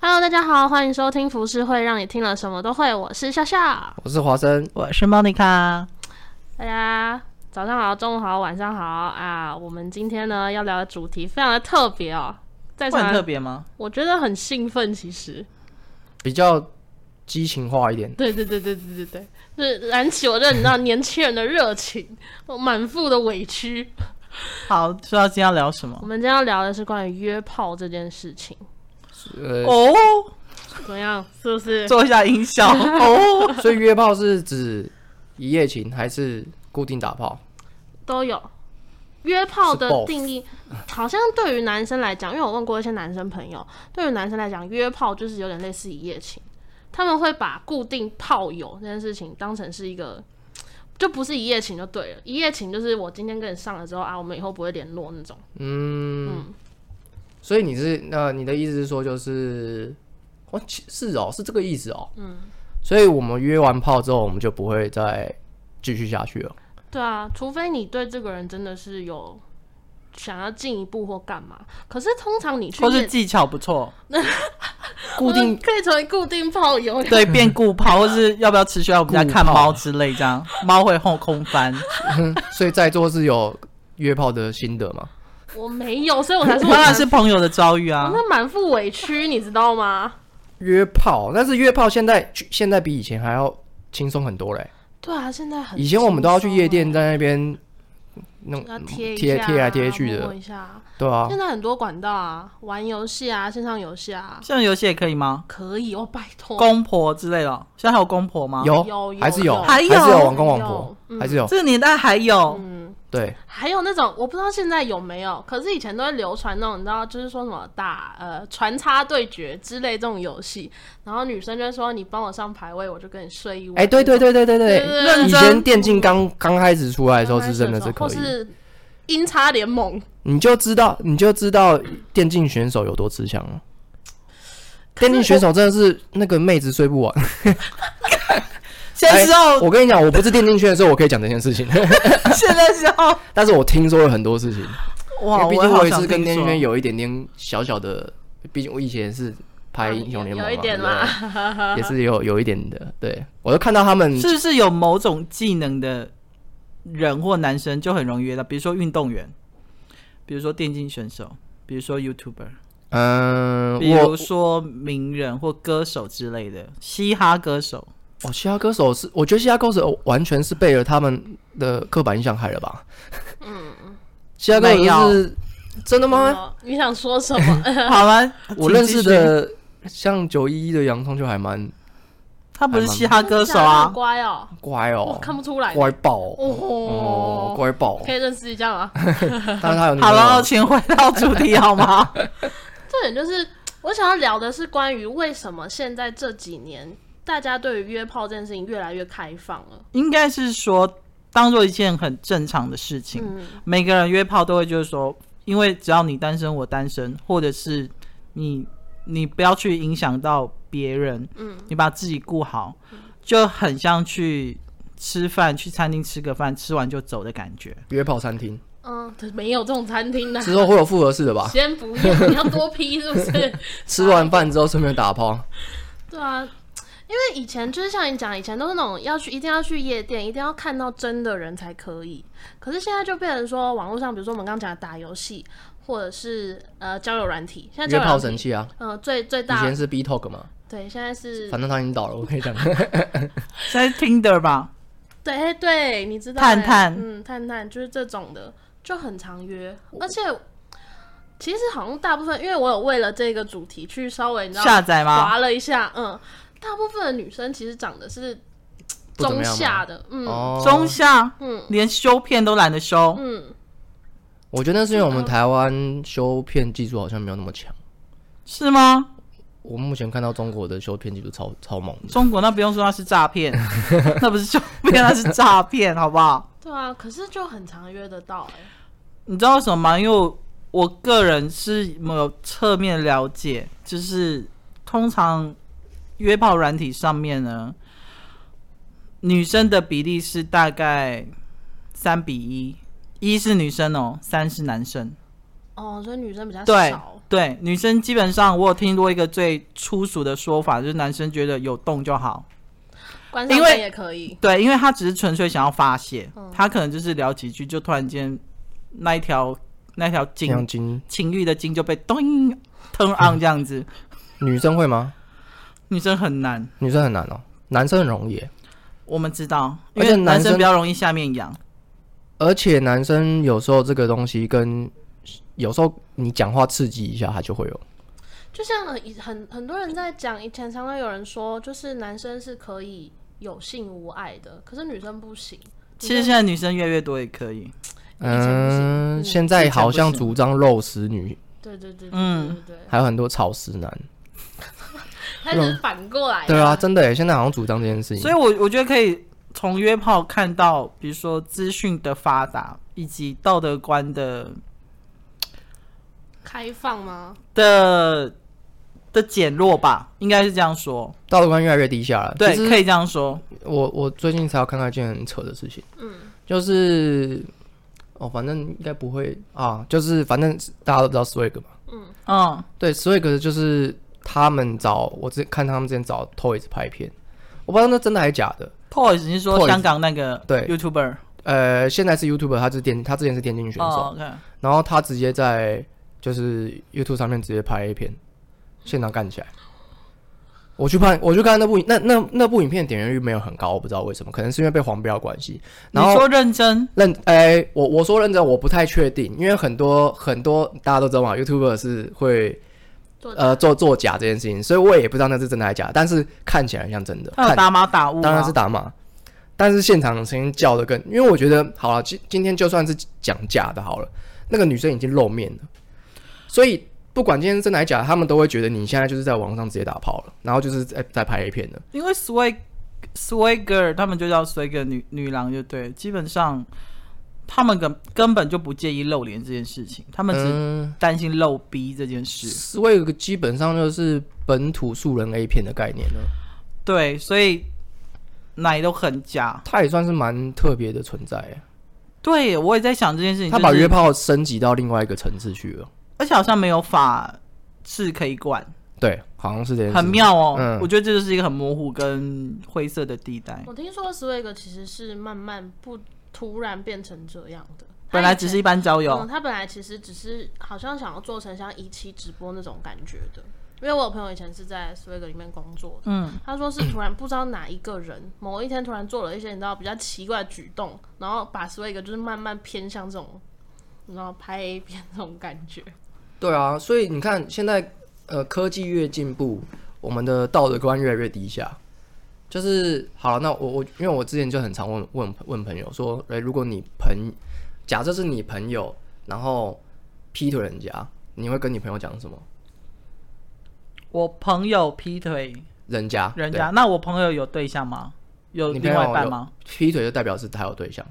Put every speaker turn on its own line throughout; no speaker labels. Hello，大家好，欢迎收听服饰会，让你听了什么都会。我是笑笑，
我是华生，
我是 Monica。
大家早上好，中午好，晚上好啊！我们今天呢要聊的主题非常的特别哦，在
会
场
很特别吗？
我觉得很兴奋，其实，
比较激情化一点。
对对对对对对对，就是燃起我这你知道年轻人的热情，我满腹的委屈。
好，说到今天要聊什
我
么？
们今天要聊的是关于约炮这件事情，
呃，
哦，
怎么样？是不是？
做一下音效。哦，
所以约炮是指一夜情还是固定打炮？
都有。约炮
是
的
both
定义，好像对于男生来讲，因为我问过一些男生朋友，对于男生来讲，约炮就是有点类似一夜情，他们会把固定炮友这件事情当成是一个，就不是一夜情就对了。一夜情就是我今天跟你上了之后啊，我们以后不会联络那种。
嗯，所以你是那、你的意思是说就是，哦，其是哦，是这个意思哦。嗯，所以我们约完炮之后，我们就不会再继续下去 了。
对啊，除非你对这个人真的是有想要进一步或干嘛。可是通常你去
或是
夜
技巧不错，
固
我们
定
可以成为固定炮 友，
对，变固跑，或是要不要持续来我们家看
固炮
猫之类，这样猫会后空翻。
所以在座是有约炮的心得吗？
我没有，所以我才说
当
我
然是朋友的遭遇
我
啊。
那满腹委屈，你知道吗？
约炮，但是约炮现在现在比以前还要轻松很多嘞。
对啊，现在很
以前我们都要去夜店，
的，
在那边弄
要贴一
贴
下
贴来贴去
摸
的，
一下。
对啊
现。在很多管道啊，玩游戏啊，线上游戏啊，
现在游戏也可以吗？
可以哦，拜托。
公婆之类的，现在还有公婆吗？，
有
有，
有
还是
有
还
还
是
有
有网公网婆，
有
还是有。
这个年代还有。
嗯，
对，
还有那种我不知道现在有没有，可是以前都会流传那种，你知道，就是说什么打呃穿插对决之类这种游戏，然后女生就会说你帮我上排位，我就跟你睡一晚。
哎，对对对对对对
对对对
认
以
真
前电竞刚刚开始出来
那
的时
种，
候是真的是可
或
以，
是音叉联盟，
你就知道你就知道电竞选手有多吃香了。电竞选手真的是那个妹子睡不完。
现在
哎
是要，
我跟你讲，我不是电竞圈的时候，我可以讲这件事情，
现在是要，
但是我听说了很多事情。 因
哇！
为毕
也
竟
好
我也
想
是跟
听
电竞
说
圈有一点点小小的，毕竟我以前是拍英雄联盟嘛
有一点
对不对也是有有一点的。对我都看到他们，
是不是有某种技能的人或男生就很容易约到？比如说运动员，比如说电竞选手，比如说 YouTuber，
嗯，
比如
我
说名人或歌手之类的，嘻哈 歌手。
我哦嘻哈歌手是，我觉得嘻哈歌手完全是被了他们的刻板印象害了吧？
嗯
嘻哈歌
没
手
有
是真的吗？
哦你想说什 么？
好了，
我
请
认
继
识
续，
的像九一一的洋葱就还蛮
他不是
还蛮
嘻哈歌 手
真的假的
啊，
乖哦，
乖
我
哦，
看不出来。
乖爆哦，哦
哦，
乖爆哦，
可以认识一下吗？
但是他有女
好
朋友
了，请回到主题好吗？
重点就是我想要聊的是关于为什么现在这几年大家对于约炮这件事情越来越开放了。
应该是说当做一件很正常的事情。
嗯，
每个人约炮都会就是说，因为只要你单身，我单身，或者是你你不要去影响到别人，
嗯，
你把自己顾好，就很像去吃饭，去餐厅吃个饭，吃完就走的感觉。
约炮餐厅
嗯，没有这种餐厅的、
之后会有复合式的 吧？
先不要，你要多批是不 是？
吃完饭之后顺便打炮。
对啊，因为以前就是像你讲，以前都是那种要去一定要去夜店，一定要看到真的人才可以。可是现在就变成说，网络上比如说我们刚讲的打游戏，或者是呃交友软体，现在交
约
友
炮
软
神
体，
器啊，
嗯、最最
以
大
前是 B Talk 嘛，
对，现在是
反正他已经倒了，我可以讲。
在 Tinder 吧，
对哎对，你知道
探
哎
探
嗯，探探就是这种的，就很常约，而且其实好像大部分，因为我有为了这个主题去稍微你知道
下载吗？
划了一下，嗯，大部分的女生其实长得是
不怎么
中
样吗
下的，嗯、
哦，
中下，
嗯
连修片都懒得修，
嗯，
我觉得那是因为我们台湾修片技术好像没有那么强。
是吗？
我目前看到中国的修片技术超超猛的，
中国那不用说，那是诈骗，那不是修片，那是诈骗，好不好？
对啊，可是就很常约得到、哎，
你知道为什么吗？因为我我个人是有侧面了解，就是通常约炮软体上面呢，女生的比例是大概三比一，一是女生哦，三是男生。
哦，所以女生比较
对
少，
对，女生基本上我有听过一个最粗俗的说法，就是男生觉得有动就好。
关上
因为
灯也可以。
对，因为他只是纯粹想要发泄，
嗯
他可能就是聊几句，就突然间那一条那条
亮
筋
晶，
情欲的筋就被咚 turn
嗯
on 这样子，
女生会吗？
女生很难。
女生很难哦、男生很容易耶、
我们知道，因
而且
为
男
男
生
生比较容易下面痒，
而且男生有时候这个东西跟有时候你讲话刺激一下，他就会有。
就像很很很多人在讲，以前常常有人说，就是男生是可以有性无爱的，可是女生不行。
其实现在女生越来越多也可以。
以前不行
嗯，
嗯
现在好像
以前不
主张肉食女，
对对对，对
嗯
对对，对
还有很多草食男。
他只是反过来。
对啊，，真的耶、现在好像主张这件事情。
哎所以我，我觉得可以从约炮看到，比如说资讯的发达，以及道德观的
开放吗？
的的减弱吧，应该是这样说。
道德观越来越低下了。
对
其，实
可以这样说。
我我最近才有看到一件很扯的事情，嗯，就是哦，反正应该不会啊，就是反正大家都知道 Swag 嘛，
嗯，
对，Swag 就是他们找我之前看他们之前找 Toys 拍片，我不知道那真的还是假的。
Toys，你是说
Toys
香港那个
对
YouTuber？
呃，现在是 YouTube，他是电，他之前是电竞选手，
哦，对，
然后他直接在就是 YouTube 上面直接拍 A 片，现场干起来。我去看，我去看那部影那那那部影片点阅率没有很高，我不知道为什么，可能是因为被黄标的关系。
你
然后
说认真，
认哎、我我说认真，我不太确定，因为很多很多大家都知道嘛，YouTuber 是会
做
呃做做假这件事情，所以我也不知道那是真的还是假的，但是看起来像真的。
他有
看
打码打物吗？
当然是打码，但是现场的声音叫的更，因为我觉得好了，今今天就算是讲假的好了，那个女生已经露面了，所以不管今天是真的还是假的，他们都会觉得你现在就是在网上直接打炮了，然后就是在在拍 A 片了。
因为 Swag Swagger 他们就叫 Swagger 女女郎，就对，基本上他们根根本就不介意露脸这件事情，他们只
嗯
担心露逼这件事。
，Swag 基本上就是本土素人 A 片的概念了，
对，所以奶都很假。
它也算是蛮特别的存在。
对，我也在想这件事情、
它
就是，
把约炮升级到另外一个层次去了，
而且好像没有法是可以管，
对，好像是这件事。
很。妙哦。
嗯
我觉得这就是一个很模糊跟灰色的地带。
我听说 Swag 其实是慢慢不突然变成这样的，
本来只是一般交友，
嗯，他本来其实只是好像想要做成像一期直播那种感觉的，因为我有朋友以前是在 Swag 里面工作的，
嗯，
他说是突然不知道哪一个人某一天突然做了一些你知道比较奇怪的举动，然后把 Swag 就是慢慢偏向这种。你知道拍 A 片这种感觉，
对啊，所以你看，现在呃，科技越进步，我们的道德观越来越低下。就是好了，那我我因为我之前就很常问问问朋友说，哎、如果你朋假设是你朋友，然后劈腿人家，你会跟你朋友讲什么？
我朋友劈腿
人家，
人家，那我朋友有对象吗？有
啊你
另外
朋友
一半
有
吗？
对劈腿就代表是他有对象，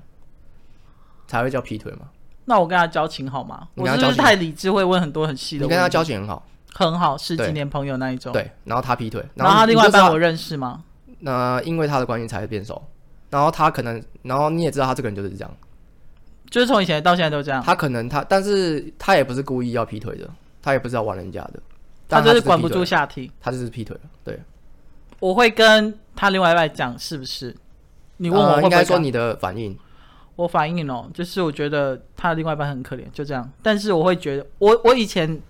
才会叫劈腿嘛。
那我跟他交情好吗？
你
我
跟他
是不
交
是
情
太理智，会问很多很细
你
的
跟
问题？
他交情很好，
很好，十
对
几年朋友那一种。，
对，然后他劈腿，
然后他
你
另外一
就知道
半我认识吗？
那因为他的关系才会变熟，然后他可能，然后你也知道他这个人就是这样，
就是从以前到现在都这样，
他可能他，但是他也不是故意要劈腿的，他也不是要玩人家的，
他
但
就是是管不
劈腿
住
了，
下体。
他就是劈腿了。对，
我会跟他另外一半讲是不是？你问我
呃应
会不
该
会
说
讲？
你的反应，
我反应哦，就是我觉得他的另外一半很可怜，就这样。但是我会觉得，我我以前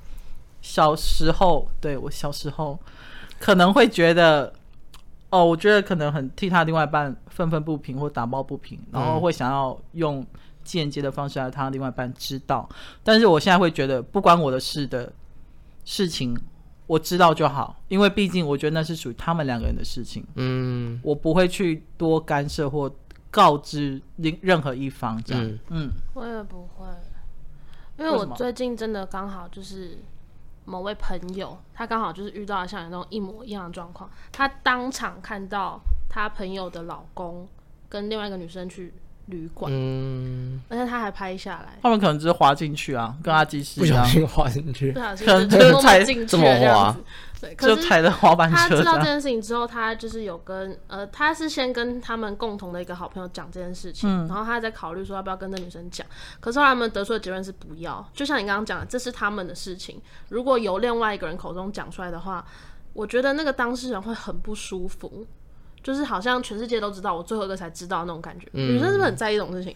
小时候，对我小时候可能会觉得，哦，我觉得可能很替他另外一半愤愤不平或打抱不平，然后会想要用间接的方式让他另外一半知道。但是我现在会觉得，不关我的事的事情，我知道就好，因为毕竟我觉得那是属于他们两个人的事情。
嗯
我不会去多干涉或告知任任何一方这样。
嗯，
嗯，
我也不会，因为
为
我
什么
最近真的刚好就是某位朋友，他刚好就是遇到像你那种一模一样的状况，他当场看到他朋友的老公跟另外一个女生去旅馆，
嗯，
而且他还拍下来，
他们可能只是滑进去啊，跟阿基师
不
一
小
样。
心滑进去
不，小心
可能
就
就是
默默
菜
进去
这么
了这样
滑
子，对，可
就是踩着滑板
他
车
知
这
道这
样。
件事情之后，他就是有跟呃，他是先跟他们共同的一个好朋友讲这件事情，
嗯
然后他在考虑说要不要跟这女生讲。可是后来他们得出的结论是不要，就像你刚刚讲的，这是他们的事情。如果由另外一个人口中讲出来的话，我觉得那个当事人会很不舒服，就是好像全世界都知道，我最后一个才知道那种感觉。
嗯
女生是不是很在意这种事情？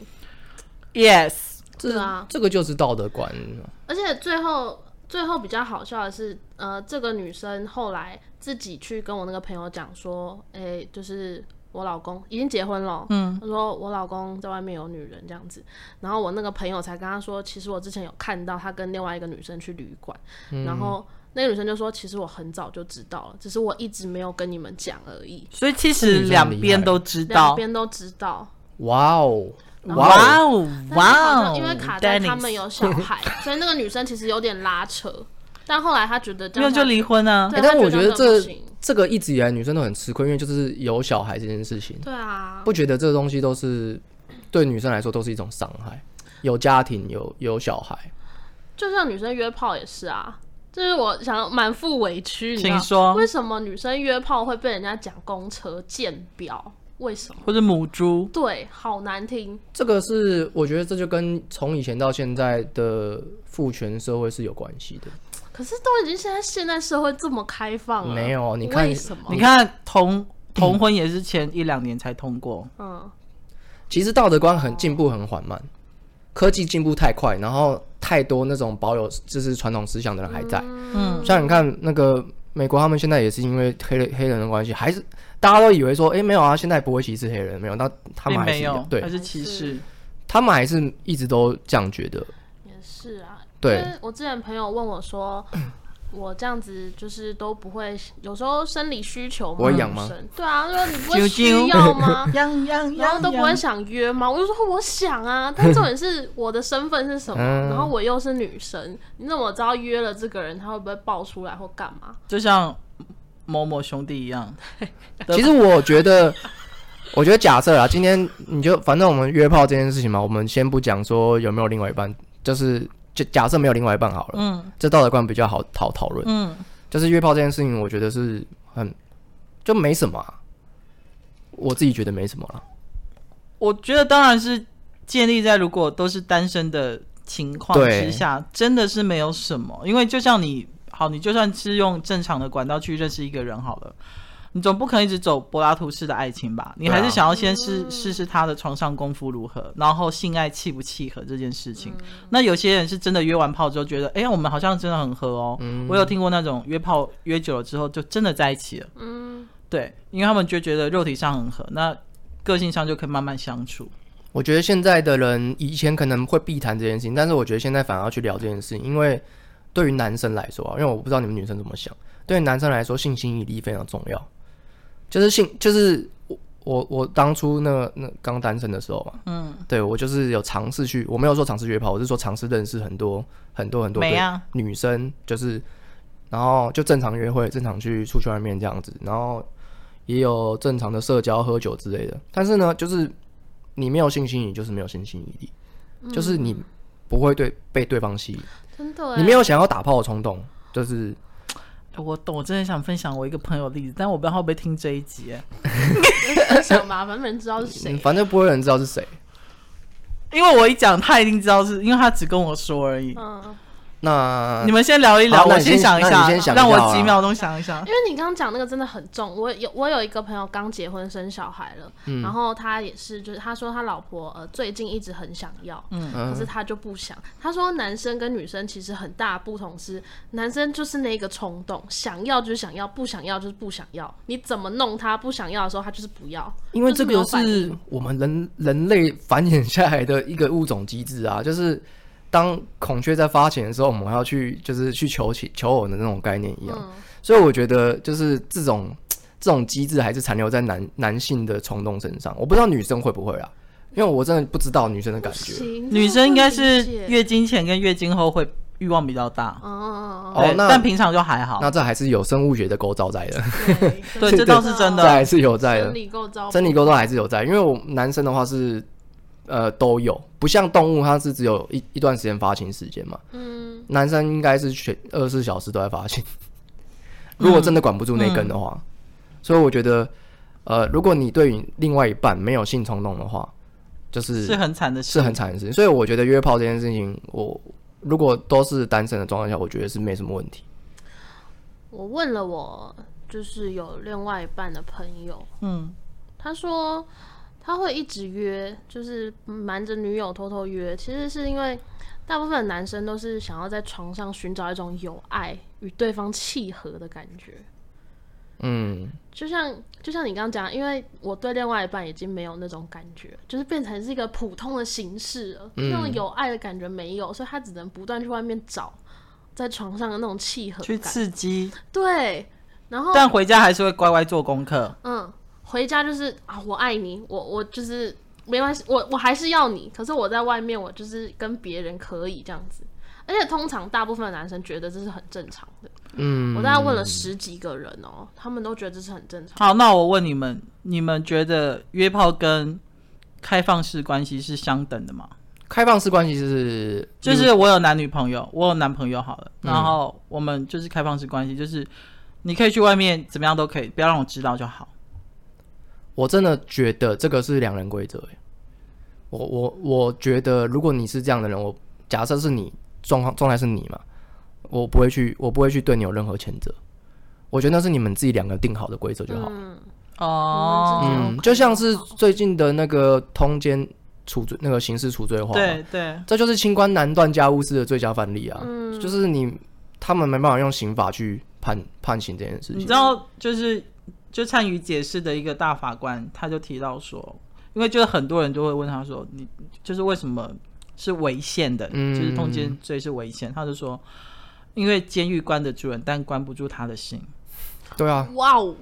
Yes，
对啊
这个就是道德观，嗯
而且最后最后比较好笑的是，呃，这个女生后来自己去跟我那个朋友讲说，哎、就是我老公已经结婚了，嗯，她说我老公在外面有女人这样子，然后我那个朋友才跟她说，其实我之前有看到他跟另外一个女生去旅馆，
嗯
然后那个女生就说，其实我很早就知道了，只是我一直没有跟你们讲而已，
所以其实两边都知
两
道。
边都知道，
哇哦，
哇
哦，
哦
但是好
哇
像
哦！
因为卡在他
Dennis
们有小孩，所以那个女生其实有点拉扯。但后来她觉得这
没有
样
就
下去
离婚啊。
对
哎，但
他
我
觉
觉
得
得
这样
这
不行
这个一直以来女生都很吃亏，因为就是有小孩这件事情，
对啊，
不觉得这东西都是对女生来说都是一种伤害。有家庭，有有小孩，
就像女生约炮也是啊，就是我想满腹委屈，你知道
请说
为什么女生约炮会被人家讲公车贱婊？为什么？
或者母猪，
对，好难听。
这个是我觉得这就跟从以前到现在的父权社会是有关系的。
可是都已经现在现代社会这么开放了，
没有你看
为什么？
你，看同同婚也是前一两年才通过，
嗯，
其实道德观很进步很缓慢，科技进步太快，然后太多那种保有就是传统思想的人还在。
嗯，
像你看那个美国，他们现在也是因为黑人黑人的关系，还是大家都以为说，哎、没有啊，现在不会歧视黑人，没有，那他们还
并
是
没
一样
有，，
对
还是歧视。
他们还是一直都这样觉得。
也是啊。
对
因为我之前朋友问我说。我这样子就是都不会，有时候生理需求嘛，
我会痒吗
女生？对啊，说你不 会
啾啾
需要吗？
样样
然后都不会想约吗？我就说我想啊， 但重点是我的身份是什么，
嗯
然后我又是女生，你怎么知道约了这个人他会不会爆出来或干嘛？
就像某某兄弟一样，
其实我觉得，我觉得假设啦，今天你就反正我们约炮这件事情嘛，我们先不讲说有没有另外一半，就是就假设没有另外一半好了，
嗯
这道德观比较好讨讨论。
嗯，
就是约炮这件事情，我觉得是很就没什么啊、我自己觉得没什么了。
我觉得当然是建立在如果都是单身的情况
对
之下，真的是没有什么，因为就像你好，你就算是用正常的管道去认识一个人好了。你总不可能一直走柏拉图式的爱情吧？你还
对
是
啊
想要先试、试试他的床上功夫如何，然后性爱契不契合这件事情。那有些人是真的约完炮之后觉得，哎、我们好像真的很合哦。我有听过那种约炮约久了之后就真的在一起了，
嗯，
对，因为他们就觉得肉体上很合，那个性上就可以慢慢相处。
我觉得现在的人以前可能会避谈这件事情，但是我觉得现在反而要去聊这件事情，因为对于男生来说啊，因为我不知道你们女生怎么想，对于男生来说，性吸引力非常重要。就是性， 就是我我我当初那个那刚单身的时候嘛，嗯，对我就是有尝试去，我没有说尝试约炮，我是说尝试认识很多很多很多
美
对
啊
女生，就是然后就正常约会，正常去出去外面这样子，然后也有正常的社交、喝酒之类的。但是呢，就是你没有性吸引，就是没有性吸引力，就是你不会对被对方吸引，
嗯真的欸，
你没有想要打炮的冲动，就是
我懂，我真的想分享我一个朋友的例子，但我不知道他会不会听这一集耶，
分享吧，反正没人知道是 谁。
反正不会有人知道是谁。
因为我一讲他一定知道是，因为他只跟我说而已。
嗯，
那
你们先聊一聊，
啊好那
我
你先
想一
那
下，
你先想一下
让
好
我
了
几秒钟想一想
因。为你刚刚讲那个真的很重，我有我有一个朋友刚结婚生小孩了，
嗯
然后他也是，就是他说他老婆呃最近一直很想要，
嗯
嗯
可是他就不想。他说男生跟女生其实很大的不同是，男生就是那个冲动，想要就是想要，不想要就是不想要。你怎么弄他不想要的时候，他就是不要。
因为这个
就是没有
是我们人人类繁衍下来的一个物种机制啊， 就是当孔雀在发情的时候，我们要去就是去求其求偶的那种概念一样。
嗯
所以我觉得就是这种这种机制还是残留在男男性的冲动身上，我不知道女生会不会啊，因为我真的不知道女生的感觉。
行，
女生应该是
这样不理解
月经前跟月经后会欲望比较大，
嗯嗯
哦
对
那
但平常就还好
那。这还是有生物学的构造在的，
嗯，对
对这倒是 真
这
的
还是有在的
生。理构造，
生理构造还是有在，因为我们男生的话是呃都有，不像动物它是只有一一段时间发情时间嘛。
嗯，
男生应该是全二十四小时都在发情， 如果真的管不住那根的话，所以我觉得，呃，如果你对你另外一半没有性冲动的话，就是
是很惨的事，
是很惨的事情。所以我觉得约炮这件事情，我如果都是单身的状态下，我觉得是没什么问题。
我问了我就是有另外一半的朋友，
嗯，
他说他会一直约，就是瞒着女友偷偷约，其实是因为大部分的男生都是想要在床上寻找一种有爱与对方契合的感觉。
嗯，
就像就像你刚刚讲，因为我对另外一半已经没有那种感觉，就是变成是一个普通的形式了，
嗯
那种有爱的感觉没有，所以他只能不断去外面找，在床上的那种契合
去
感。
刺激，
对，然后
但回家还是会乖乖做功课。
嗯，回家就是啊，我爱你，我我就是没关系，我我还是要你，可是我在外面我就是跟别人可以这样子，而且通常大部分的男生觉得这是很正常的，
嗯，
我大概问了十几个人哦、他们都觉得这是很正常。
好，那我问你们，你们觉得约炮跟开放式关系是相等的吗？
开放式关系是
就是我有男女朋友，我有男朋友好了，然后我们就是开放式关系，就是你可以去外面怎么样都可以，不要让我知道就好。
我真的觉得这个是两人规则耶。我我我觉得，如果你是这样的人，我假设是你状况状态是你嘛，我不会去，我不会去对你有任何谴责。我觉得那是你们自己两个定好的规则就好。
嗯，
哦
我们
嗯，就像是最近的那个通奸处罪那个刑事处罪化嘛，
对对，
这就是清官难断家务事的最佳范例啊。
嗯
就是你他们没办法用刑法去判判刑这件事
你
情
知。道，就是就参与解释的一个大法官，他就提到说，因为就是很多人就会问他说，你就是为什么是违宪的，
嗯
就是通奸罪是违宪，他就说，因为监狱关得住人，但关不住他的心。
对啊，
哇哦，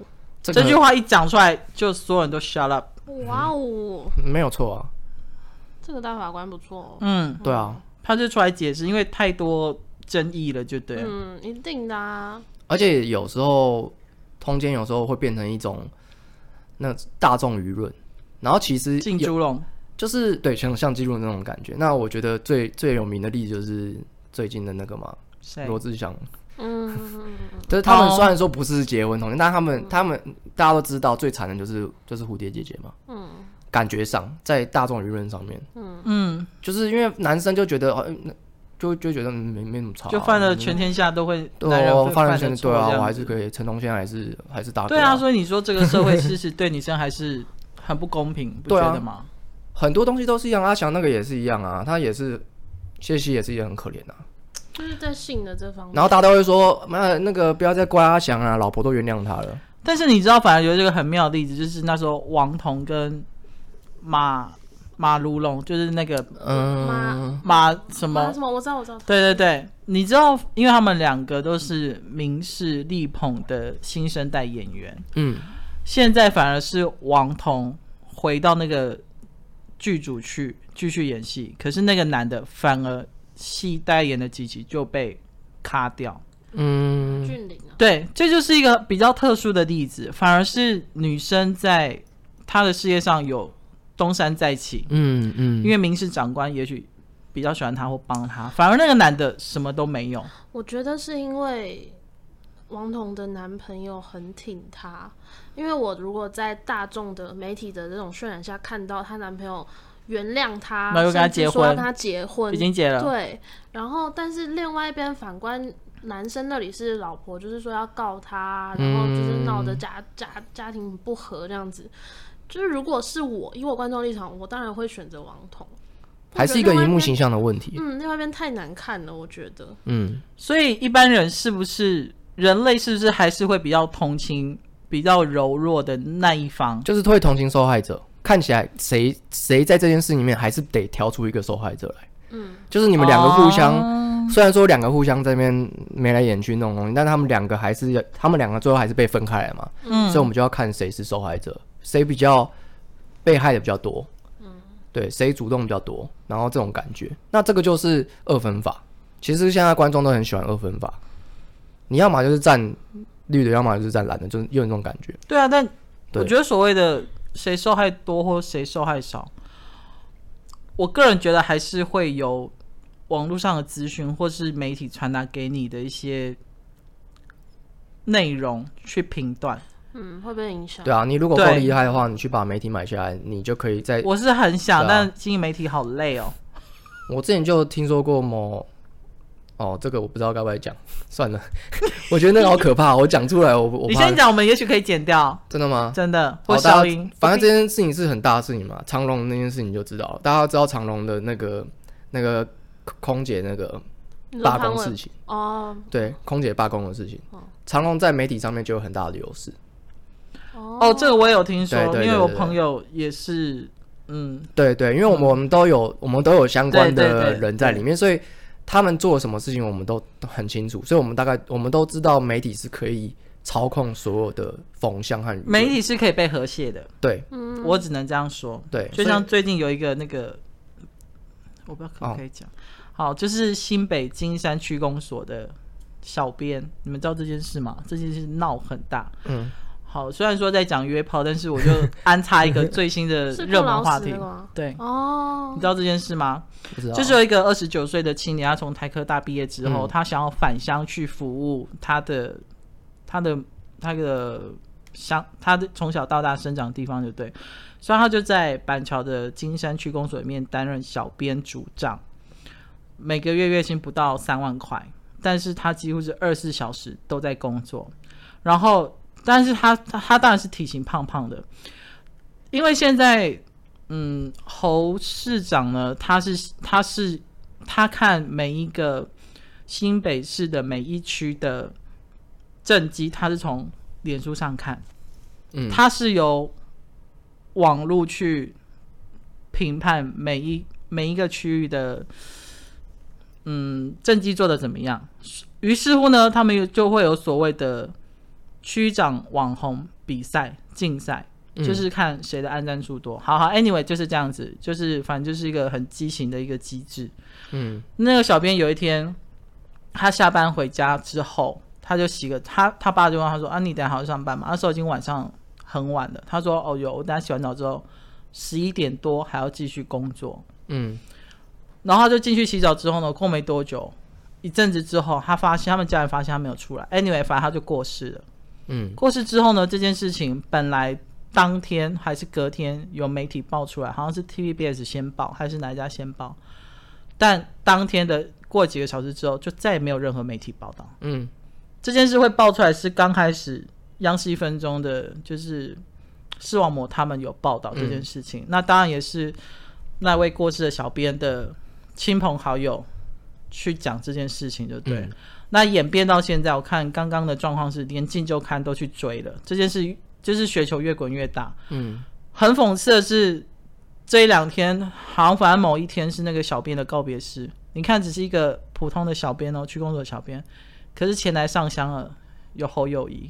这
这
个
句话一讲出来，就所有人都 shut up。
哇哦，
没有错啊。
这个大法官不错、哦。
嗯，
对啊，
他就出来解释，因为太多争议了，就对了。
嗯，一定的啊，
而且有时候通奸有时候会变成一种那大众舆论，然后其实
进
有
猪笼，
就是对像像记录那种感觉。那我觉得最最有名的例子就是最近的那个嘛，
谁？
罗志祥，
嗯，
就是他们
哦
虽然说不是结婚同居，但他
嗯
们他们大家都知道最惨的就是就是蝴蝶姐姐嘛，嗯，感觉上在大众舆论上面，
嗯，
就是因为男生就觉得哦，嗯那就就觉得嗯没没什么差啊、
就犯了
嗯
全天下都会
对
男人
哦
会
犯
犯
了
的
全
错
对啊，
这样
我还
子
是可以，陈同现在还是还是大哥、
对啊，所以你说这个社会 事实对女生还是很不公平，不
对啊
觉得吗？
很多东西都是一样，阿翔那个也是一样啊，他也是。谢希也是也很可怜啊，
就是在性的这方面，
然后大家都会说，妈那个不要再怪阿翔啊，老婆都原谅他了。
但是你知道，反而有这个很妙的例子，就是那时候王彤跟马马卢龙，就是那个
嗯，
马什
啊
么
什么？我知道，我知道，
对对对，你知道，因为他们两个都是明视力捧的新生代演员，
嗯，
现在反而是王彤回到那个剧组去继续演戏，可是那个男的反而戏代言的几集就被卡掉。
嗯，
俊霖啊，
对，这就是一个比较特殊的例子，反而是女生在她的事业上有东山再起，
嗯嗯，
因为明视长官也许比较喜欢她或帮她，反而那个男的什么都没有。
我觉得是因为王彤的男朋友很挺她，因为我如果在大众的媒体的这种渲染下看到她男朋友原谅她，
那又跟她
甚至
结
说要
婚
跟她结婚，
已经结了，
对，然后但是另外一边反观男生那里是老婆，就是说要告他，然后就是
嗯
闹得家、家家庭不和这样子。就是如果是我，以我观众立场，我当然会选择王彤。我
还
觉
是一
得
个
另外
荧幕
边
形象的问题。
嗯，另外一边太难看了，我觉得。
嗯，
所以一般人是不是人类是不是还是会比较同情比较柔弱的那一方？
就是会同情受害者。看起来谁谁在这件事里面还是得挑出一个受害者来。嗯，就是你们两个互相，
哦
虽然说两个互相这边眉来眼去那种东西，但他们两个还是他们两个最后还是被分开来嘛。
嗯
所以我们就要看谁是受害者，谁比较被害的比较多。嗯，对，谁主动比较多，然后这种感觉，那这个就是二分法。其实现在观众都很喜欢二分法，你要么就是站绿的，要么就是站蓝的，就是有那种感觉。
对啊，但
对
我觉得所谓的谁受害多或谁受害少，我个人觉得还是会有网络上的资讯或是媒体传达给你的一些内容去评断。
嗯，会不会影响？
对啊，你如果够
对
厉害的话，你去把媒体买下来，你就可以在。
我是很想，
哎对啊
但经营媒体好累哦。
我之前就听说过某，哦，这个我不知道该不该讲， 算了，我觉得那个好可怕，我讲出来我我
你
怕
先。讲，我们也许可以剪掉，
真的吗？
真的
好
或
大
消
家
音。
反正这件事情是很大的事情嘛，长隆那件事情就知道了，大家知道长隆的那个那个空姐那个
你说哦
罢
潘
工
玮
事情，
哦
对，空姐罢工的事情，长隆在媒体上面就有很大的优势。
哦，这个我也有听说
对，对
因
对
为我
对
朋友也是，嗯，
对对，因为我们我们都有我们都有相关
对对
的
对
人在里面，所以他们做了什么事情我们都都很清楚，所以我们大概我们都知道媒体是可以操控所有的风向和舆论
媒体是可以被和谐的，
对
嗯
我只能这样说。
对，
就
所以
像最近有一个那个，我不知道可不可以讲。好，就是新北金山区公所的小编，你们知道这件事吗？这件事闹很大。
嗯，
好，虽然说在讲约炮，但 是我就安插一个最新 的
是
热
布劳
门话
斯
题
那个吗。
对，
哦
你，知道这件事吗？
不知道
就是有一个二十九岁的青年，他从台科大毕业之后，他想要返乡去服务他的他的他的乡，他的从小到大生长的地方，就对。所以他就在板桥的金山区公所里面担任小编组长，每个月月薪不到三万块，但是他几乎是二十四小时都在工作。然后，但是他他他当然是体型胖胖的，因为现在嗯，侯市长呢，他是他是他看每一个新北市的每一区的政绩，他是从脸书上看，
嗯
他是由网络去评判每一每一个区域的嗯政绩做的怎么样。于是乎呢，他们有就会有所谓的区长网红比赛竞赛。就
嗯
是看谁的按赞数多。好好，anyway 就是这样子，就是反正就是一个很畸形的一个机制。
嗯
那个小编有一天，他下班回家之后，他就洗个他他爸就问他说：“啊，你等一下还要上班吗？”那时候已经晚上很晚了。他说：“哦，有，我等一下洗完澡之后，十一点多还要继续工作。
嗯”
然后他就进去洗澡之后呢，过没多久，一阵子之后，他发现他们家人发现他没有出来。anyway，反正他就过世了。
嗯
过世之后呢，这件事情本来当天还是隔天有媒体爆出来，好像是 TVBS 先爆还是哪一家先爆，但当天的过几个小时之后，就再也没有任何媒体报道
嗯
这件事会爆出来。是刚开始央视一分钟的，就是视网膜他们有报道这件事情，
嗯
那当然也是那位过世的小编的亲朋好友去讲这件事情，就对了。
嗯
那演变到现在，我看刚刚的状况是连进就刊都去追了，这件事就是雪球越滚越大。
嗯
很讽刺的是，这一两天好像反正某一天是那个小编的告别式，你看只是一个普通的小编哦，去工作的小编，可是前来上香了，有侯友谊，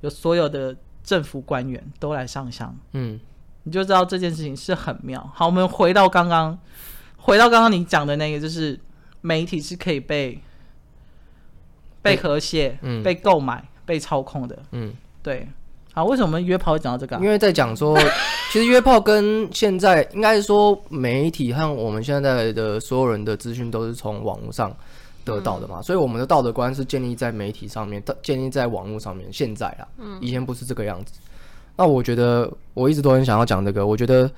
有所有的政府官员都来上香，
嗯
你就知道这件事情是很妙。好，我们回到刚刚，回到刚刚你讲的那个，就是媒体是可以被被和谐、
嗯
被购买、被操控的。
嗯，
对，好，为什么我们约炮会讲到这个啊、
因为在讲说，其实约炮跟现在应该是说媒体和我们现在的所有人的资讯都是从网络上得到的嘛，所以我们的道德观是建立在媒体上面，到建立在网络上面。现在啦，以前不是这个样子。那我觉得我一直都很想要讲这个，我觉得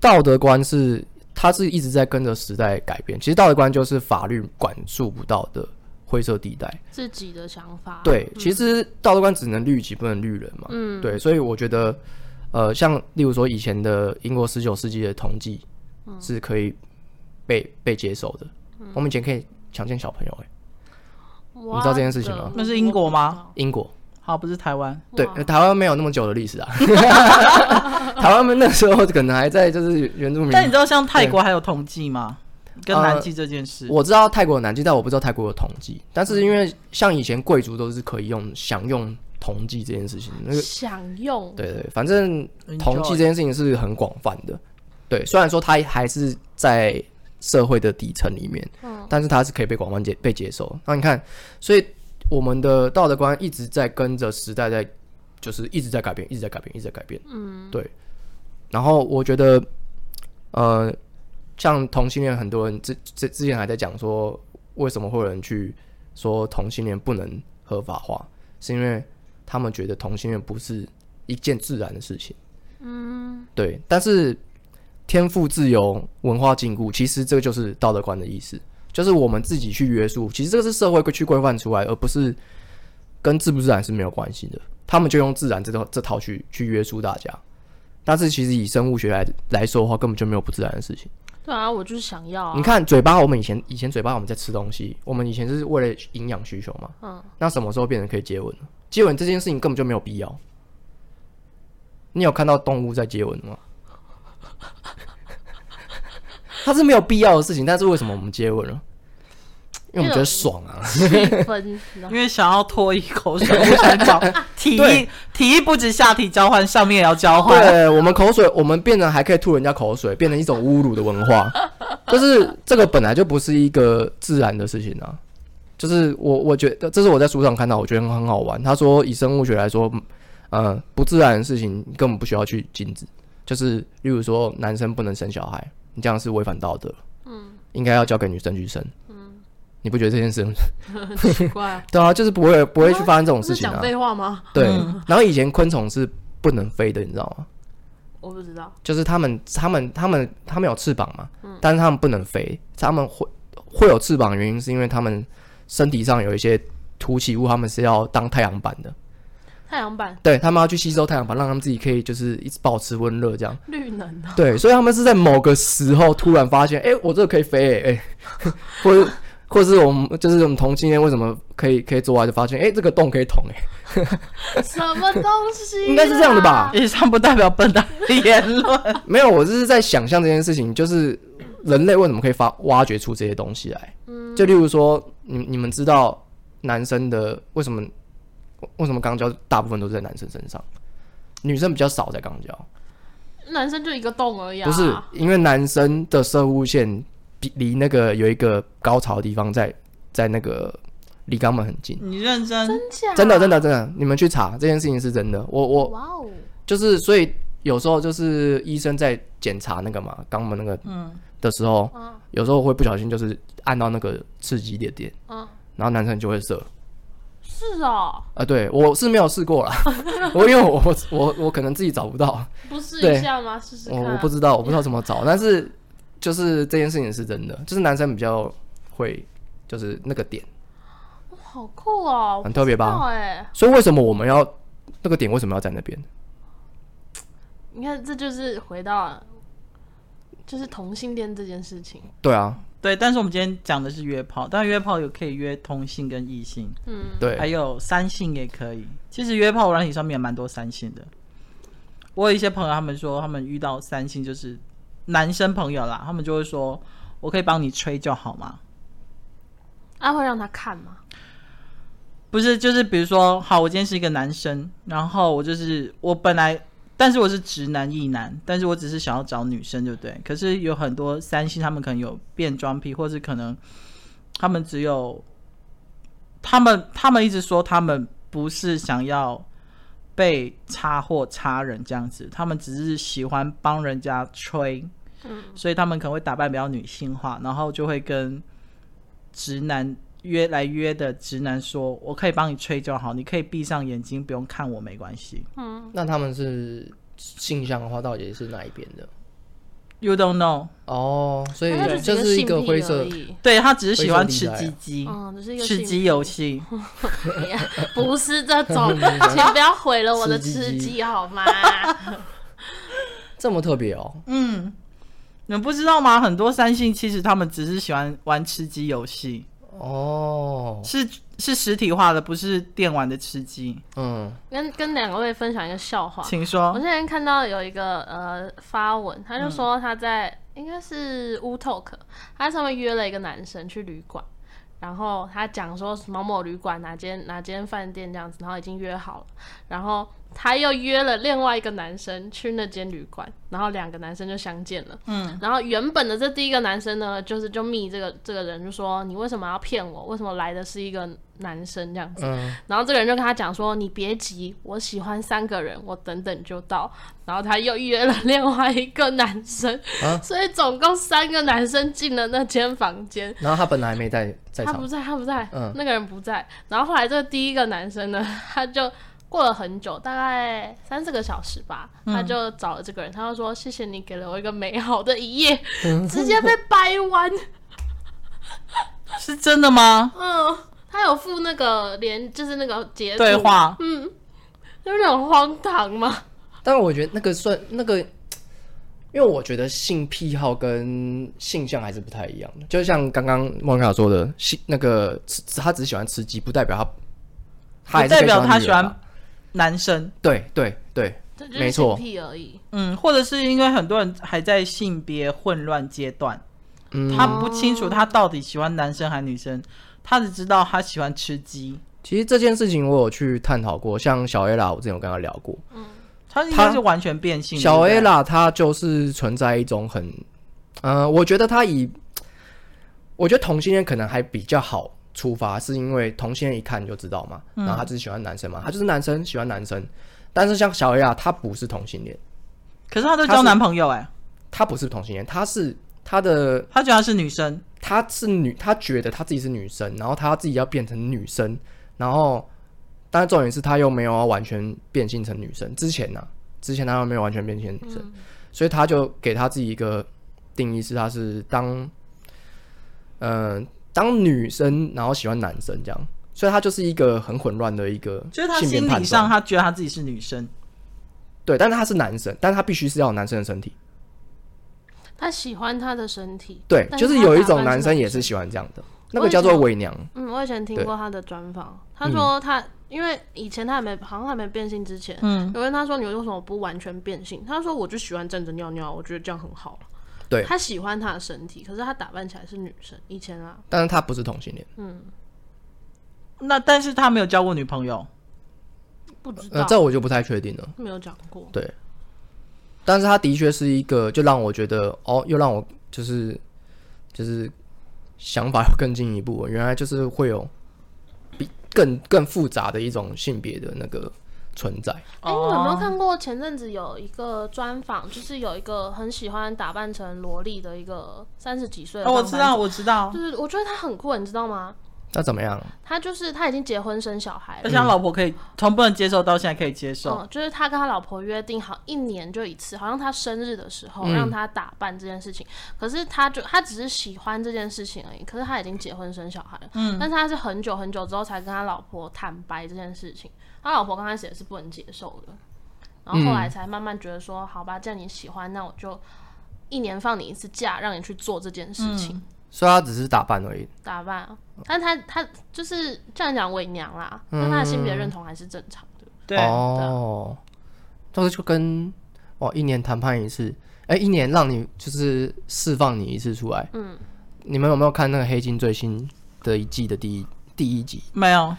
道德观是它是一直在跟着时代改变。其实道德观就是法律管束不到的灰色地带。
自己的想法。
对，其实道德观只能律己，不能律人嘛。
嗯，
对，所以我觉得，呃，像例如说以前的英国十九世纪的统计
嗯
是可以被、被接受的。我们以前可以强奸小朋友、欸，
你
你知道这件事情吗
那是英国吗？
英国
好，不是台湾，
对呃
哇，
台湾没有那么久的历史 啊。台湾们那时候可能还在就是原住民。
但你知道像泰国还有统计吗？跟
呃
南极这件事，
我知道泰国有南京，但我不知道泰国有统计。但是因为像以前贵族都是可以用享用统计这件事情，那个
想用
对对，反正
Enjoy
统计这件事情是很广泛的，对，虽然说它还是在社会的底层里面，
嗯
但是它是可以被广泛接被接受。那你看，所以我们的道德观一直在跟着时代在，就是一直在改变，一直在改变，一直在改变。嗯，对。然后我觉得，呃，像同性恋，很多人之之之前还在讲说，为什么会有人去说同性恋不能合法化？是因为他们觉得同性恋不是一件自然的事情。嗯，对。但是天赋自由、文化禁锢，其实这个就是道德观的意思，就是我们自己去约束。其实这个是社会去规范出来，而不是跟自不自然是没有关系的。他们就用自然这套这套去去约束大家。但是其实以生物学来来说的话，根本就没有不自然的事情。
对啊，我就是想要、啊。
你看嘴巴，我们以前以前嘴巴我们在吃东西，我们以前是为了营养需求嘛。
嗯。
那什么时候变成可以接吻了？接吻这件事情根本就没有必要。你有看到动物在接吻吗？ 它是没有必要的事情，但是为什么我们接吻了？因为我们觉得爽啊！
气氛，你知道
因为想要脱一口水，我想 找体
对
力，体力不止下体交换，上面也要交换。
对我们口水，我们变成还可以吐人家口水，变成一种侮辱的文 化，就是这个本来就不是一个自然的事情啊。就是我我觉得这是我在书上看到，我觉得很好玩。他说以生物学来说，呃，不自然的事情根本不需要去禁止，就是例如说男生不能生小孩，你这样是违反道德，嗯，应该要交给女生去生，嗯，你不觉得这件事？
很奇怪，
对啊，就是不会不会去发 生这种
不
事
是
情啊
讲。废话吗？
对
嗯，
然后以前昆虫是不能飞的，你知道吗？
我不知道，
就是他们他们他们他们有翅膀嘛，但是他们不能飞，他们会会有翅膀的原因是因为他们身体上有一些凸起物，他们是要当太阳板的，
太阳板
对他们要去吸收太阳板，让他们自己可以就是一直保持温热这样。
绿能 啊，
对，所以他们是在某个时候突然发现，哎、我这个可以飞、欸，哎、 或者或者是我们就是我们同性恋为什么可以可以做爱，就发现，哎、这个洞可以捅、欸，
什么东西啊？
应该是这样的吧
以上不代表本台的言论。
没有，我只是在想象这件事情，就是人类为什么可以发挖掘出这些东西来。就例如说，你你们知道男生的为什么为什么肛交大部分都是在男生身上，女生比较少在肛交，
男生就一个洞而已、啊。
不是因为男生的射物线比离那个有一个高潮的地方在在那个离肛门很近，
你认真，
真假？
真的真的真的，你们去查这件事情是真的，我我
哇哦！
就是所以有时候就是医生在检查那个嘛肛门那个
嗯，
的时候，
嗯
有时候会不小心就是按到那个刺激的点，
嗯，
然后男生就会射。
是哦，
啊、对我是没有试过啦，我因为我我我我可能自己找不到，
不试
对
一下吗？试试
我
看、
我不知道我不知道怎么找，但是就是这件事情是真的，就是男生比较会就是那个点，
哇好酷哦，
很特别吧
我不知道哎，
所以为什么我们要那个点为什么要在那边？
你看，这就是回到就是同性恋这件事情。
对啊，
对。但是我们今天讲的是约炮，但约炮有可以约同性跟异性，
嗯，
还
对，
有三性也可以。其实约炮软体上面也蛮多三性的。我有一些朋友，他们说他们遇到三性就是男生朋友啦，他们就会说：“我可以帮你吹就好吗？”
啊，会让他看吗？
不是，就是比如说，好，我今天是一个男生，然后我就是我本来，但是我是直男异男，但是我只是想要找女生，对不对？可是有很多三星他们可能有变装癖，或是可能他们只有他们他们一直说他们不是想要被插或插人这样子，他们只是喜欢帮人家吹，
嗯
所以他们可能会打扮比较女性化，然后就会跟直男约来约的直男说：“我可以帮你吹就好，你可以闭上眼睛，不用看我，没关系。
嗯，
那他们是性向的话，到底是哪一边的？”
You don't know，
哦，所以
那他只
就是
是
一个
性癖
灰
而
色，
已
对他只是喜欢吃
灰色
鸡
地
鸡，
嗯，只是一个
吃
性
鸡
哦
游戏。
不是这 种，请不要毁了我的
吃
吃
鸡
鸡好 吗？
这么特别哦。
嗯，你们不知道吗？很多三性其实他们只是喜欢玩吃鸡游戏，
哦，
是是实体化的，不是电玩的吃鸡。
嗯，
跟跟两位分享一个笑话，
请
我
说嗯
之，前看到有一个呃发文，他就说他在、应该是 U Talk，他在上面约了一个男生去旅馆，然后他讲说某某旅馆哪间哪间饭店这样子，然后已经约好了，然后他又约了另外一个男生去那间旅馆，然后两个男生就相见了。
嗯，
然后原本的这第一个男生呢，就是就密这个这个人就说你为什么要骗我？为什么来的是一个男生这样子。
嗯，
然后这个人就跟他讲说：“你别急，我喜欢三个人，我等等就到。”然后他又约了另外一个男生，
啊
所以总共三个男生进了那间房间。
然后他本来没在在
他不
场，
在，他不在，
嗯
那个人不在。然后后来这个第一个男生呢，他就过了很久，大概三四个小时吧，他就找了这个人，他就说：“谢谢你给了我一个美好的一夜。
嗯
直接被掰弯。
是真的吗？
嗯，他有附那个连，就是那个截图
对，话，
就是那种荒唐吗？
但我觉得那个算那个，因为我觉得性癖好跟性向还是不太一样的。就像刚刚莫卡说的，性那个吃他只喜欢吃鸡，不代表他他还
不
是可以
代表他
女
喜
人
欢
吧。
男生，
对对对，
这就是
没错
性癖而已。
嗯，或者是因为很多人还在性别混乱阶段，
嗯，
他不清楚他到底喜欢男生还女生，他只知道他喜欢吃鸡，
其实这件事情我有去探讨过，像小 A 啦，我之前有跟他聊过，
他应该是完全变性。
小
对
A
不对，
啦，她就是存在一种很，呃，我觉得她以，我觉得同性恋可能还比较好出发，是因为同性恋一看就知道嘛，然后他就是喜欢男生嘛，他就是男生喜欢男生，但是像小 A 啦，她不是同性恋，
可是他都
他
交
是
男朋友哎、
她不是同性恋，她是她的
他觉得他是女生，
她是女，她觉得她自己是女生，然后她自己要变成女生，然后，但是重点是她又没有要完全变性成女生。之前呢、之前她又没有完全变性成女
嗯
生，所以她就给她自己一个定义，是她是当，呃，当女生，然后喜欢男生这样，所以她就是一个很混乱的一个
就是他
性别
心理
判
上
断。
他觉得他自己是女生，
对，但是她是男生，但是她必须是要有男生的身体。
他喜欢他的身体，
对，
但
就是
他
有一
打
种
扮
男生也
很
是喜欢这样的，那
我
个
以
叫做
前
伪娘。
嗯，我以前听
对嗯
过他的专访，他说他、因为以前他还没好像还没变性之前，
嗯，
有人他说你为什么不完全变性？他说我就喜欢站着尿尿，我觉得这样很好。
对
他喜欢他的身体，可是他打扮起来是女生。以前啊，嗯
但是她不是同性恋，
那但是他没有交过女朋友，
不知道、
呃，这我就不太确定了。
没有讲
哦
过。
对，但是他的确是一个，就让我觉得哦，又让我就是就是想法又更进一步了，原来就是会有比更更复杂的一种性别的那个存在。
哎、你有没有
哦
看过前阵子有一个专访，就是有一个很喜欢打扮成萝莉的一个三十几岁的、
哦，我知道，，我知道
就，是我觉得他很酷，你知道吗？
那怎么样？
他就是他已经结婚生小孩了
而且，他老婆可以从不能接受到现在可以接受，
嗯，就是他跟他老婆约定好一年就一次，好像他生日的时候、
嗯
让他打扮这件事情。可是他就他只是喜欢这件事情而已，可是他已经结婚生小孩了。嗯，但是他是很久很久之后才跟他老婆坦白这件事情，他老婆刚开始也是不能接受的，然后后来才慢慢觉得说，好吧，既然你喜欢，那我就一年放你一次假，让你去做这件事情。
所以他只是打扮而已。
打扮啊，但他他就是这样讲伪娘啦，
嗯
但他的性别认同还是正常的。
对，
哦，就是就跟哦，一年谈判一次，哎、一年让你就是释放你一次出来。嗯，你们有没有看那个《黑金》最新的一季的第一第一集？
没有，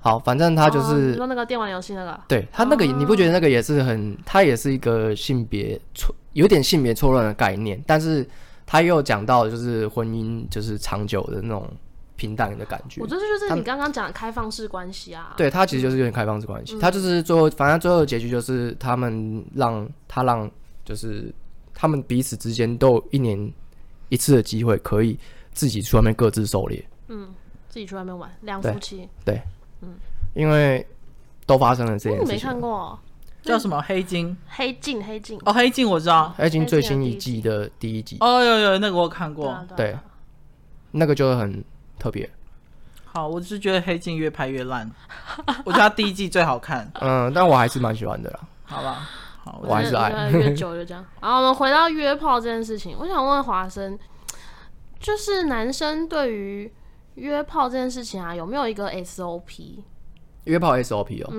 好，反正他就
哦你
是
说那个电玩游戏那个，
对他那个，
哦
你不觉得那个也是很，他也是一个性别错，有点性别错乱的概念，但是他又讲到就是婚姻就是长久的那种平淡的感觉
我。觉得就是
他
你刚刚讲的开放式关系啊。，
对他其实就是有点开放式关系，
嗯
他就是最后，反正最后的结局就是他们让他让就是他们彼此之间都有一年一次的机会，可以自己去外面各自狩猎，
自己去外面玩，两
对
夫妻。
因为都发生了这
哎，
件
你
事
没
情。
看过
叫什么黑金？
《黑镜》？《黑镜》
哦，黑金我知道，
黑金最
黑金的第一
新一季的第一集，
哦，有有那个我有看
对
过
啊，对啊
对，那个就很特别。
好，我只是觉得黑镜越拍越 烂，我觉得他第一季最好看，
嗯，但我还是蛮喜欢的啦。
好吧？好，
我还是爱
觉得越久就这样。 然后我们回到约炮这件事情，我想问华生，就是男生对于约炮这件事情啊，有没有一个 SOP？
约炮 SOP 哦，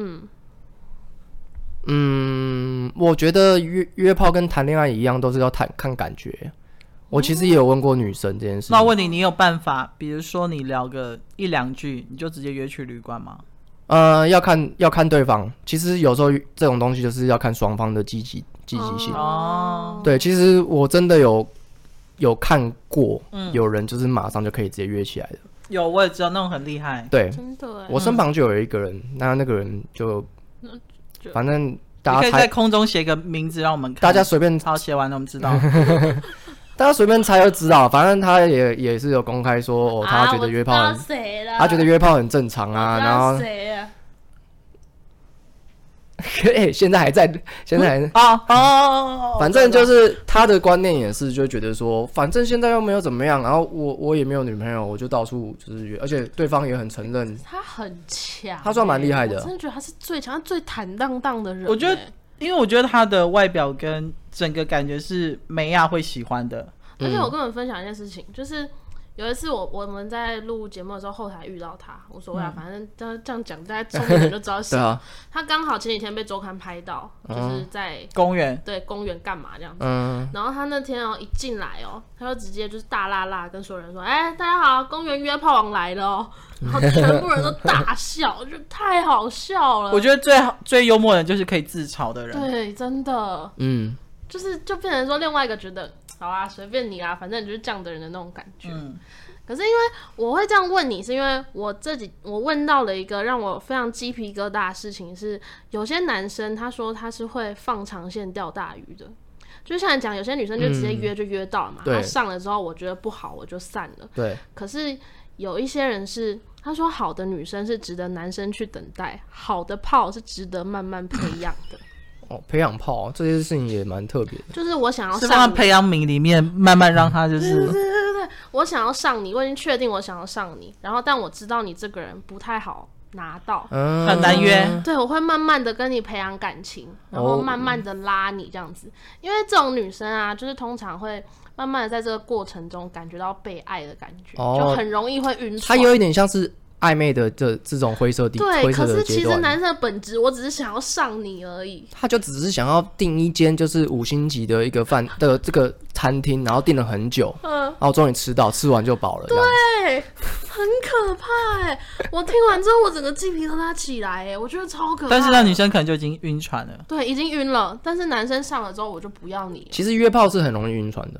嗯我觉得约约炮跟谈恋爱一样，都是要谈看感觉。我其实也有问过女生这件事情，
那我问你，你有办法？比如说你聊个一两句，你就直接约去旅馆吗？
呃，要看要看对方。其实有时候这种东西就是要看双方的积极积极性。
哦，
对，其实我真的有有看过，有人就是马上就可以直接约起来的。
有，我也知道那种很厉害。
对
真的哎，
我身旁就有一个人，那那个人就
就
反正
你
大
可
家
以在
猜，
空中写个名字让我们看。
大家随便
好写完了，我 们知道。啊
大家随便猜就知道，反正他也也是有公开说哦，他觉得约炮
啊我
很，
知道谁了？
他觉得约炮很正常啊，
我知道
然后
谁啊？
嘿，现在还在，现在还。
哦哦，
反正就是他的观念也是，就觉得说，反正现在又没有怎么样，然后我我也没有女朋友，我就到处就是约，而且对方也很承认，
他很强欸，
他算蛮厉害的
我真的觉得他是最强、他最坦荡荡的人欸。
我觉得因为我觉得他的外表跟整个感觉是梅亚会喜欢的。
而且
嗯
我跟你们分享一件事情，就是有一次我我们在录节目的时候，后台遇到他，无所谓啊，反正这这样讲，大家聪明人就知 道是
嗯对。啊，
他刚好前几天被周刊拍到，就是在、
公园
对公园干嘛这样子。
嗯，
然后他那天哦一进来哦，他就直接就是大辣辣跟所有人说：“哎、大家好，公园约炮王来了哦！”然后全部人都大笑， 就太好笑了。
我觉得最好最幽默的就是可以自嘲的人。
对，真的
嗯，
就是就变成说另外一个觉得好啊，随便你啊，反正你就是这样的人的那种感觉。
嗯，
可是因为我会这样问你，是因为我自己我问到了一个让我非常鸡皮疙瘩的事情是，有些男生他说他是会放长线钓大鱼的，就像你讲，有些女生就直接
嗯
约就约到了嘛，
对
然后上了之后我觉得不好我就散了。
对，
可是有一些人是他说好的女生是值得男生去等待，好的炮是值得慢慢培养的，
哦，培养炮这件事情也蛮特别的，
就是我想要
是放
上
在培养皿里面，慢慢让他嗯就是
我想要上你，我已经确定我想要上你，然后但我知道你这个人不太好拿到。
嗯，
很难约。
对，我会慢慢的跟你培养感情，然后
哦
慢慢的拉你这样子。因为这种女生啊，就是通常会慢慢的在这个过程中感觉到被爱的感觉，
哦
就很容易会晕
它
船。
有一点像是暧昧的这这种灰色地
对，
灰色
可
的
是
阶
其实
段，
男生的本质，我只是想要上你而已。
他就只是想要订一间就是五星级的一个 饭的这个餐厅，然后订了很久，
嗯，
然后终于吃到，吃完就饱了，这样子
对，很可怕哎、我听完之后，我整个鸡皮疙瘩起来哎、我觉得超可怕的。
但是那女生可能就已经晕船了。
对已经晕了，但是男生上了之后，我就不要你了。
其实约炮是很容易晕船的，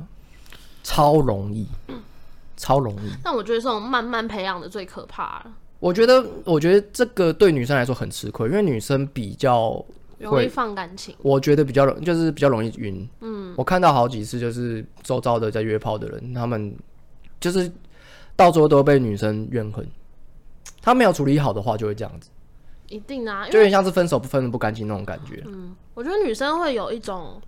超容易，超容易。
但我觉得这种慢慢培养的最可怕了，
我觉得，我觉得这个对女生来说很吃亏，因为女生比较，
容易
会
放感情。
我觉得比较容，就是比较容易晕。嗯，我看到好几次，就是周遭的在约炮的人，他们就是到最后都被女生怨恨。他没有处理好的话，就会这样子，
一定啊，因
就有
为
点像是分手不分的不干净那种感觉。
我觉得女生会有一种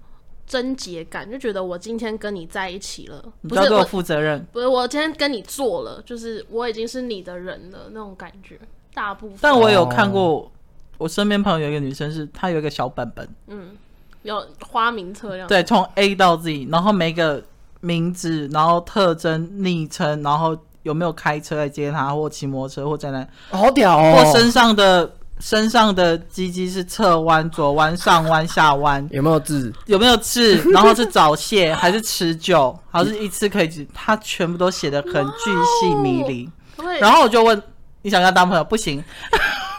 贞洁感，就觉得我今天跟你在一起了，
你
不
就要
是
对我
我，
负责任。
不是我今天跟你做了，就是我已经是你的人了那种感觉。大部分
但我有看过，我身边朋友有一个女生是，她有一个小本本，
有花名册这样，
对，从 A 到 Z，然后每个名字，然后特征、昵称，然后有没有开车来接她，或骑摩托车，或在哪，
好屌哦！
或身上的身上的鸡鸡是侧弯、左弯、上弯、下弯，
有没有字？
有没有刺，然后是早泄还是持久，还是一次可以几，她全部都写的很巨细迷离。
可不可以
然后我就问你想跟她当朋友，不行，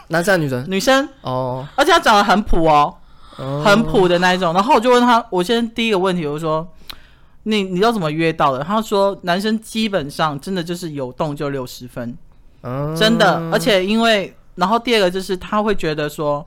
男生还是女生？
女生，
哦，
而且她长得很普
哦
哦。很普的那一种。然后我就问他，我先第一个问题我就说，你你要怎么约到的？他说男生基本上真的就是有动就六十分，
嗯
真的。而且因为，然后第二个就是他会觉得说，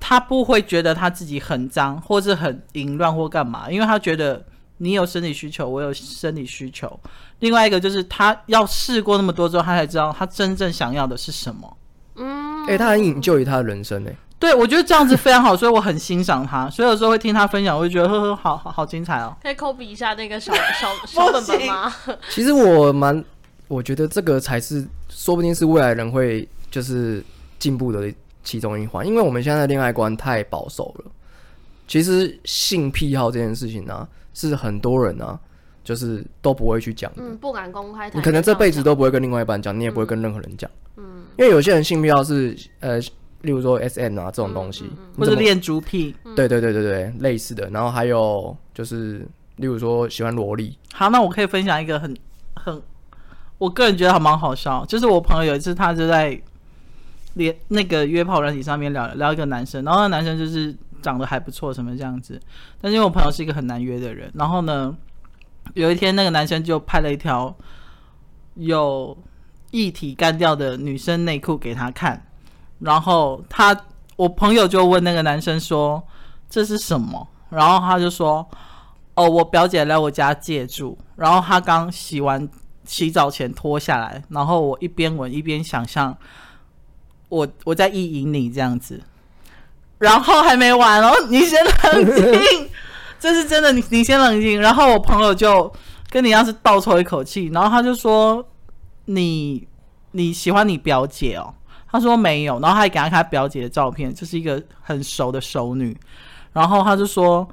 他不会觉得他自己很脏或是很淫乱或干嘛，因为他觉得。你有生理需求，我有生理需求。另外一个就是他要试过那么多之后，他才知道他真正想要的是什么。
嗯，
哎、他很引咎于他的人生哎、
对，我觉得这样子非常好，所以我很欣赏他。所以有时候会听他分享，我就觉得呵呵，好好好精彩哦。
可以抠比一下那 个小小小本本吗？
其实我蛮，我觉得这个才是，说不定是未来人会就是进步的其中一环，因为我们现在的恋爱观太保守了。其实性癖好这件事情呢、啊，是很多人啊，就是都不会去讲的。
嗯，不敢公开。
你可能这辈子都不会跟另外一半讲，你也不会跟任何人讲。嗯，因为有些人性癖好是呃，例如说 S N 啊这种东西，
嗯
你
或
怎
者
么
恋足癖。
对对对对对，类似的。然后还有就是，例如说喜欢萝莉，
好，那我可以分享一个很很，我个人觉得还蛮好笑，就是我朋友有一次他就在连那个约炮软体上面聊聊一个男生，然后那男生就是长得还不错什么这样子，但是因为我朋友是一个很难约的人，然后呢，有一天那个男生就拍了一条有一体干掉的女生内裤给他看，然后他我朋友就问那个男生说这是什么，然后他就说哦我表姐来我家借住，然后她刚洗完洗澡前脱下来，然后我一边闻一边想象我我在意淫你这样子，然后还没完哦，你先冷静，这是真的，你你先冷静，然后我朋友就。跟你一样是倒抽一口气，然后他就说：“你你喜欢你表姐哦？”他说没有，然后他还给他看他表姐的照片，就是一个很熟的熟女。然后他就说：“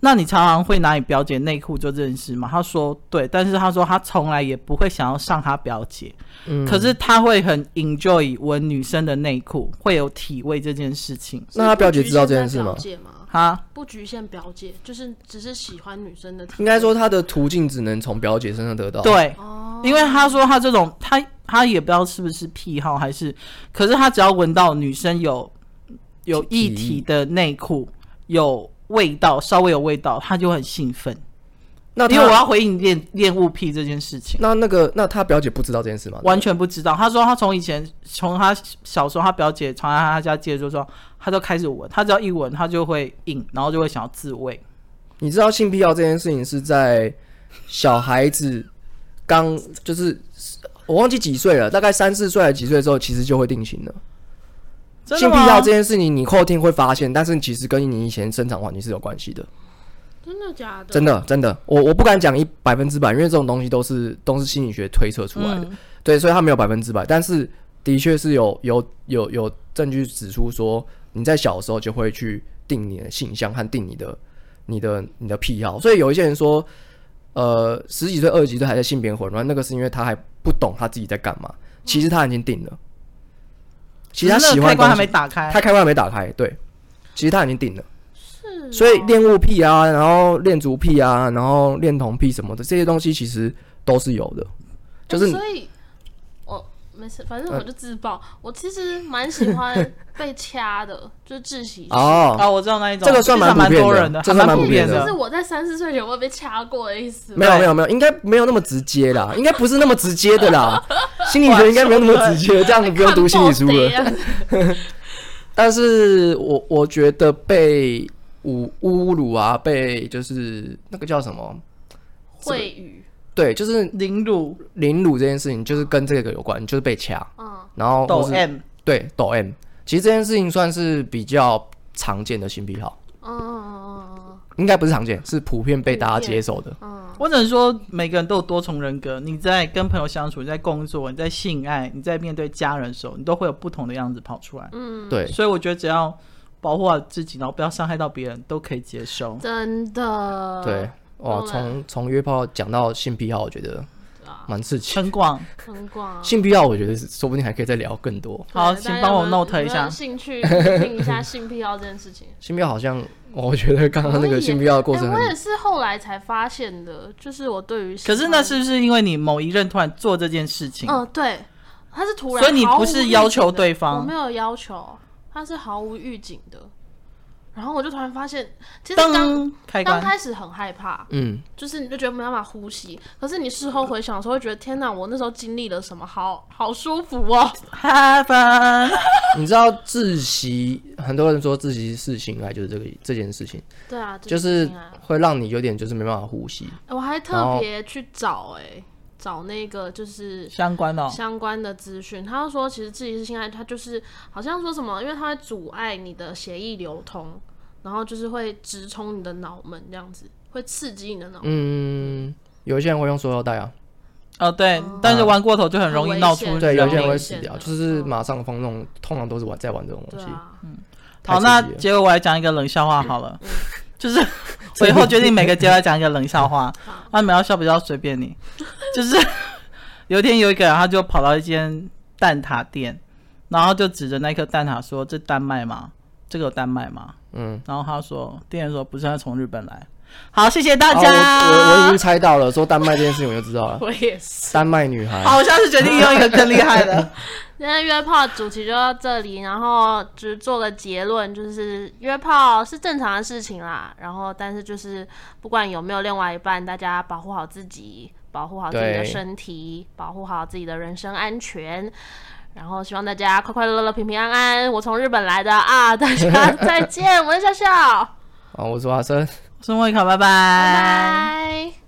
那你常常会拿你表姐内裤做这件事吗？”他说：“对，但是他说他从来也不会想要上他表姐，
嗯
可是他会很 enjoy 闻女生的内裤，会有体味这件事情。
那他表姐知道这件事
不
吗
局限在表姐吗？
哈，
不局限表姐，就是只是喜欢女生的体。
应该说他的途径只能从表姐身上得到。，
对，
哦，
因为他说他这种，他他也不知道是不是癖好，还是，可是他只要闻到女生有有
体
异体的内裤有味道，稍微有味道，他就很兴奋。
那
因为我
他
要回应恋恋物癖这件事情，
那那个那他表姐不知道这件事吗？
完全不知道。他说他从以前从他小时候，他表姐常来他家借住的时候，他就开始闻，他只要一闻，他就会硬，然后就会想要自慰。
你知道性癖好这件事情是在小孩子刚就是我忘记几岁了，大概三四岁还是几岁的时候，其实就会定型了。
真的
性癖
吗？
好这件事情，你后天会发现，但是其实跟你以前生长环境是有关系的。
真的假的？
真的，真的，我我不敢讲一百分之百，因为这种东西都是都是心理学推测出来的，
嗯
对，所以它没有百分之百，但是的确是有有有有证据指出说，你在小的时候就会去定你的性向和定你的你的你的癖好，所以有一些人说，呃，十几岁、二十几岁还在性别混乱，那个是因为他还不懂他自己在干嘛，其实他已经定了，其实他
嗯那个
喜欢
开
的
关还
东
没
西，
打开，
他开关还没打开，对，其实他已经定了。
是哦，
所以恋物癖啊，然后恋足癖啊，然后恋童癖什么的，这些东西其实都是有的。就是呃
欸所以我没事，反正我就自爆。我其实蛮喜欢被掐的， 就是窒息。
哦，
啊，我知道那一种，
这个算
其实还
蛮普
蛮
遍
多
的
人的，
这
还
算
蛮
蛮普遍
的
的
就。是我在三四岁前我被掐过的意思吗。
没有没有没有，应该没有那么直接啦，应该不是那么直接 的啦。心理学应该没有那么直接，这样子不用读心理书了。
看报啊纸一样。
但是我我觉得被侮侮辱啊，被就是那个叫什么？
会语，
对，就是
凌辱
凌辱这件事情，就是跟这个有关，就是被掐，
嗯，
然后
抖
哦或是
M，
对抖 M。其实这件事情算是比较常见的性癖好。
嗯嗯
应该不是常见，是普遍被大家接受的。
嗯
我只能说每个人都有多重人格。你在跟朋友相处，你在工作，你在性爱，你在面对家人的时候，你都会有不同的样子跑出来。
嗯，
对，
所以我觉得只要保护好自己，然后不要伤害到别人，都可以接
嗯
受。
真的，
对，哇，
当然
从从约炮讲到性癖好，我觉得
啊，
蛮刺激。
很广，
很广。
性癖好，我觉得是说不定还可以再聊更多。
对
好
大家
请帮我
有没有
note 一下
有没有兴趣听一下性癖好这件事情。
性癖好好像，我觉得刚刚那个性癖好的过程
哎我也
很，
是后来才发现的，就是我对于喜
可
欢
是那是不是因为你某一任突然做这件事情，
嗯，对，他是突然，
所以你不是要求对
我
方
没？有要求，他是毫无预警的。然后我就突然发现，其实刚
当开
刚
关，
开始很害怕，
嗯，
就是你就觉得没办法呼吸。可是你事后回想的时候，会觉得天哪，我那时候经历了什么，好好舒服哦。
哈哈，
你知道窒息，很多人说窒息是性爱，就是这个这件事情，
对啊，
就
这
是
情啊
会让你有点就是没办法呼吸。
哎我还
然
特
后
别去找哎、找那个就是
相关哦，
相关的资讯。他就说，其实自己是性爱，他就是好像说什么，因为它会阻碍你的血液流通，然后就是会直冲你的脑门，这样子会刺激你的脑。
嗯，有一些人会用塑料袋啊，
哦对，但是玩过头就很容易闹出
很危险
对，有一些人
危
会
险
死掉，
啊
的
就是
嗯
马上疯弄，通常都是玩在玩这种东
对
西。
啊，
太
好，
刺
那
激了
结尾我来讲一个冷笑话好了，就是我以后决定每个阶段讲一个冷笑话，啊那你们要笑不笑随便你。就是有一天有一个人，他就跑到一间蛋挞店，然后就指着那颗蛋挞说：“这丹麦吗？这个有丹麦吗
嗯，？”
然后他说，店员说：“不是，他从日本来。”好，谢谢大
啊
家。
我我我已经猜到了，说丹麦这件事情我就知道了，
我也是。
丹麦女孩。
好，我下次决定用一个更厉 害的。
今天约炮的主题就到这里，然后只做个结论，就是约炮是正常的事情啦。然后，但是就是不管有没有另外一半，大家保护好自己，保护好自己的
对
身体，保护好自己的人身安全。然后希望大家快快乐乐、平平安安。我从日本来的啊，大家再见，我是笑笑，哦
啊，我是阿生。
孙慧考，拜拜
拜拜。